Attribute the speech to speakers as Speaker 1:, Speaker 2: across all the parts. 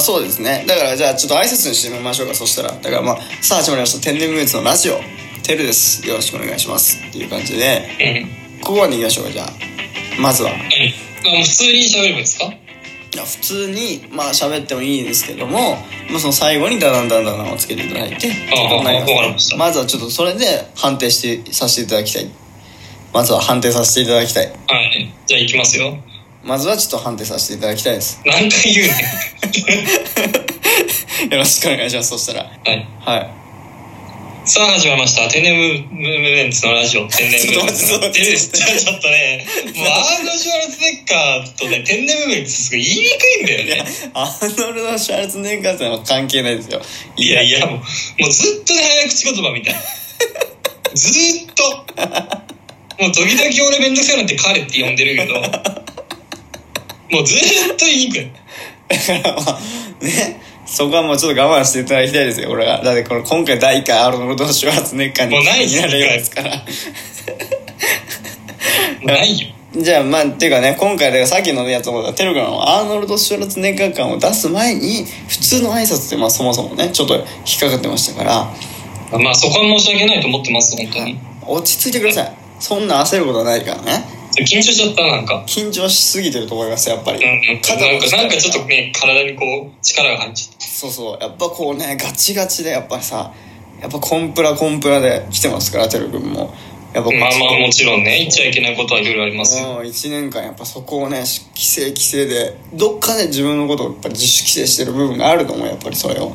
Speaker 1: そうですねだからじゃあちょっと挨拶にしてみましょうかそしたらだからまあさあ始まりました天然ムーツのラジオてるですよろしくお願いしますっていう感じで
Speaker 2: ええ
Speaker 1: ここまでいきましょうかじゃあまずは
Speaker 2: ええまあもう普通に喋ればいいですか
Speaker 1: いや普通にまあ喋ってもいいですけども、まあ、その最後にダダンダンダダンをつけていただいて
Speaker 2: ああ
Speaker 1: なり
Speaker 2: わかりました
Speaker 1: まずはちょっとそれで判定してさせていただきたいまずは判定させていただきたい
Speaker 2: はいじゃあ行きますよ
Speaker 1: まずはちょっと判定させていただきたいです
Speaker 2: 何回言うね
Speaker 1: よろしくお願いしますそしたら
Speaker 2: ん はい
Speaker 1: はい
Speaker 2: さあ始まりました天然ムムーブメンツのラジオ天然ムーブメンツ
Speaker 1: ちょっと
Speaker 2: の
Speaker 1: 待っ
Speaker 2: 天
Speaker 1: て
Speaker 2: 然
Speaker 1: ちょっと
Speaker 2: ちょっとねもうアーノルド・シュワルツェネッガーとね天然ムーブメンツすごい言いにくいんだよね
Speaker 1: アーノルド・シャルツェネッガーさんは関係ないですよ
Speaker 2: いやいやもうもうずっとね早口言葉みたいずーっともう時々俺めんどくさいなって彼って呼んでるけどもうずーっと言いにくい
Speaker 1: だからまあねそこはもうちょっと我慢していただきたいですよ俺はだってこれ今回第1回アーノルド・シュワルツェネッガーに
Speaker 2: もうないです
Speaker 1: なるようですから
Speaker 2: もうないよ
Speaker 1: じゃあまあっていうかね今回でさっきのやつもテルグラのアーノルド・シュワルツェネッガー感を出す前に普通の挨拶ってまあそもそもねちょっと引っかかってましたから
Speaker 2: まあそこは申し訳ないと思ってます本当に
Speaker 1: 落ち着いてくださいそんな焦ることはないからね
Speaker 2: 緊張しちゃったなんか
Speaker 1: 緊張しすぎてると思いますやっぱり
Speaker 2: なんかなんか
Speaker 1: 力
Speaker 2: なんかちょっとね体にこう力が入っちゃっ
Speaker 1: そうそうやっぱこうねガチガチでやっぱりさやっぱコンプラコンプラで来てますからテル君もやっぱ
Speaker 2: てまあまあもちろんね言っちゃいけないことはいろいろありますよ
Speaker 1: うん1年間やっぱそこをねし規制規制でどっかで自分のことをやっぱ自主規制してる部分があると思うやっぱりそれを、
Speaker 2: ま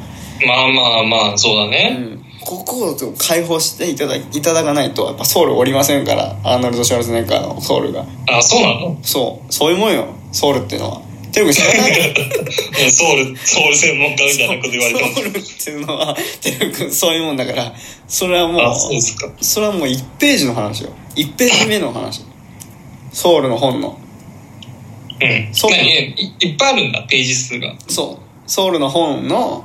Speaker 2: あまあまあそうだ
Speaker 1: う
Speaker 2: ね
Speaker 1: ん、ここを解放していただいただかないとやっぱソウルおりませんからアーノルド・シュワルツェネッガーのソウルが
Speaker 2: あそうなの
Speaker 1: そうそういうもんよソウルっていうのはテル君知らない
Speaker 2: うんソウルソウル専門家みたいなこと言われても
Speaker 1: ソウルっていうのはてるくんそういうもんだからそれはも
Speaker 2: あそうで
Speaker 1: う
Speaker 2: すか
Speaker 1: それはもう1ページの話よ1ページ目の話ソウルの本の
Speaker 2: うん
Speaker 1: そう
Speaker 2: 何いいっぱいあるんだページ数が
Speaker 1: そうソウルの本の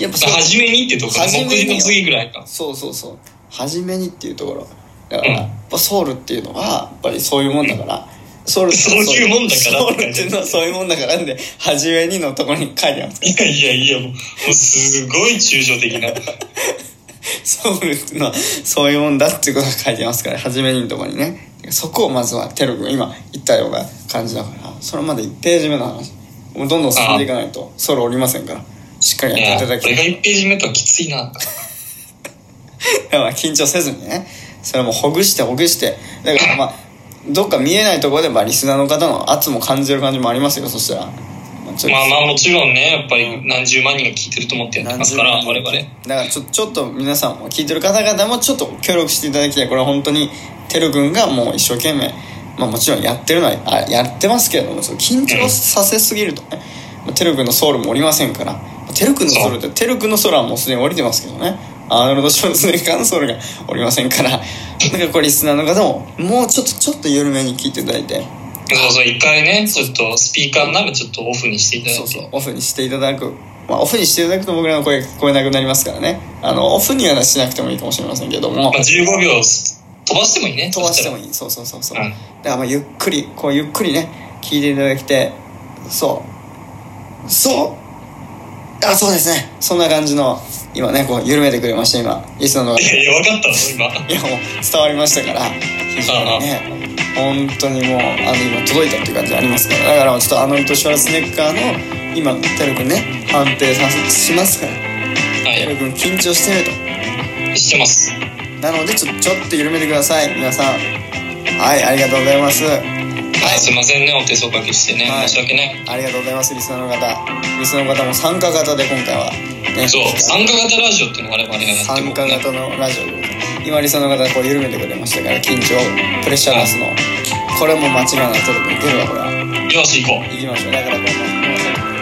Speaker 1: やっぱそう
Speaker 2: 初めにってとこ
Speaker 1: 初め
Speaker 2: 目
Speaker 1: に
Speaker 2: 次の次ぐらいか
Speaker 1: そうそうそう初めにっていうところだから
Speaker 2: うん
Speaker 1: やっぱソウルっていうのはやっぱりそういうもんだからソウルって
Speaker 2: そういうもんだから
Speaker 1: ソウルっていうのはそういうもんだからで初めにのところに書いてます
Speaker 2: いやいやいやもうもうすごい抽象的 な
Speaker 1: ソウルっていうのはそういうもんだっていうことが書いてますから初めにのところにねそこをまずはテロ君今言ったような感じだからそれまで1ページ目の話もうどんどん進んでいかないとソロおりませんからしっかり
Speaker 2: い
Speaker 1: や
Speaker 2: や
Speaker 1: って
Speaker 2: こ
Speaker 1: いただ
Speaker 2: れ
Speaker 1: きた
Speaker 2: が
Speaker 1: い
Speaker 2: 1ページ目とはきついな
Speaker 1: まあ緊張せずにねそれもほぐしてほぐしてだからまあどっか見えないところでまあリスナーの方の圧も感じる感じもありますよそしたら、まあ、ちょっと
Speaker 2: まあまあもちろんねやっぱり何十万人が聞いてると思ってやってますから我々
Speaker 1: だからちょちょっと皆さんも聞いてる方々もちょっと協力していただきたいこれは本当にてるくんがもう一生懸命、まあ、もちろんやってるのはあやってますけれどもちょっと緊張させすぎるとねまあてるくんのソウルもおりませんからてるくんのソウルっててるくんのソウルはもうすでに降りてますけどねアーノルド・ショルツネッガーのソウルがおりませんからだからこれリスナーの方ももうちょっとちょっと緩めに聞いていただいて
Speaker 2: そうそう一回ねちょっとスピーカーならちょっとオフにしていただいて
Speaker 1: そうそうオフにしていただく、まあ、オフにしていただくと僕らの声が聞こえなくなりますからねあのオフにはしなくてもいいかもしれませんけども
Speaker 2: まあ、15秒飛ばしてもいいね
Speaker 1: 飛ばしても
Speaker 2: いい
Speaker 1: いいそうそうそうそう、
Speaker 2: うん
Speaker 1: だからまあゆっくりこうゆっくりね聞いていただいてそうそうあそうですねそんな感じの今ねこう緩めてくれました今リスナーの方
Speaker 2: いやいや分かったの今
Speaker 1: いやもう伝わりましたから非常にね本当にもうあの今届いたっていう感じありますからだからちょっとあのルト・シュワルツェネッガーの今テル君ね判定させしますからテル
Speaker 2: は
Speaker 1: 君緊張してると
Speaker 2: いしてます
Speaker 1: なのでちょちょっと緩めてください皆さんはいありがとうございます
Speaker 2: はい、すいませんね、お手数おかけしてね、
Speaker 1: はい
Speaker 2: 申し訳ない。
Speaker 1: ありがとうございますリスナーの方リスナーの方も参加型で今回はね
Speaker 2: そう、参加型ラジオっていうのがあればね、やって
Speaker 1: 参
Speaker 2: も
Speaker 1: 加
Speaker 2: ね。
Speaker 1: 型のラジオで今リスナーの方こう緩めてくれましたから緊張プレッシャー出すのこれも間違いないテル君いけるわこれは
Speaker 2: よし、行こう。
Speaker 1: 行きましょうだからこの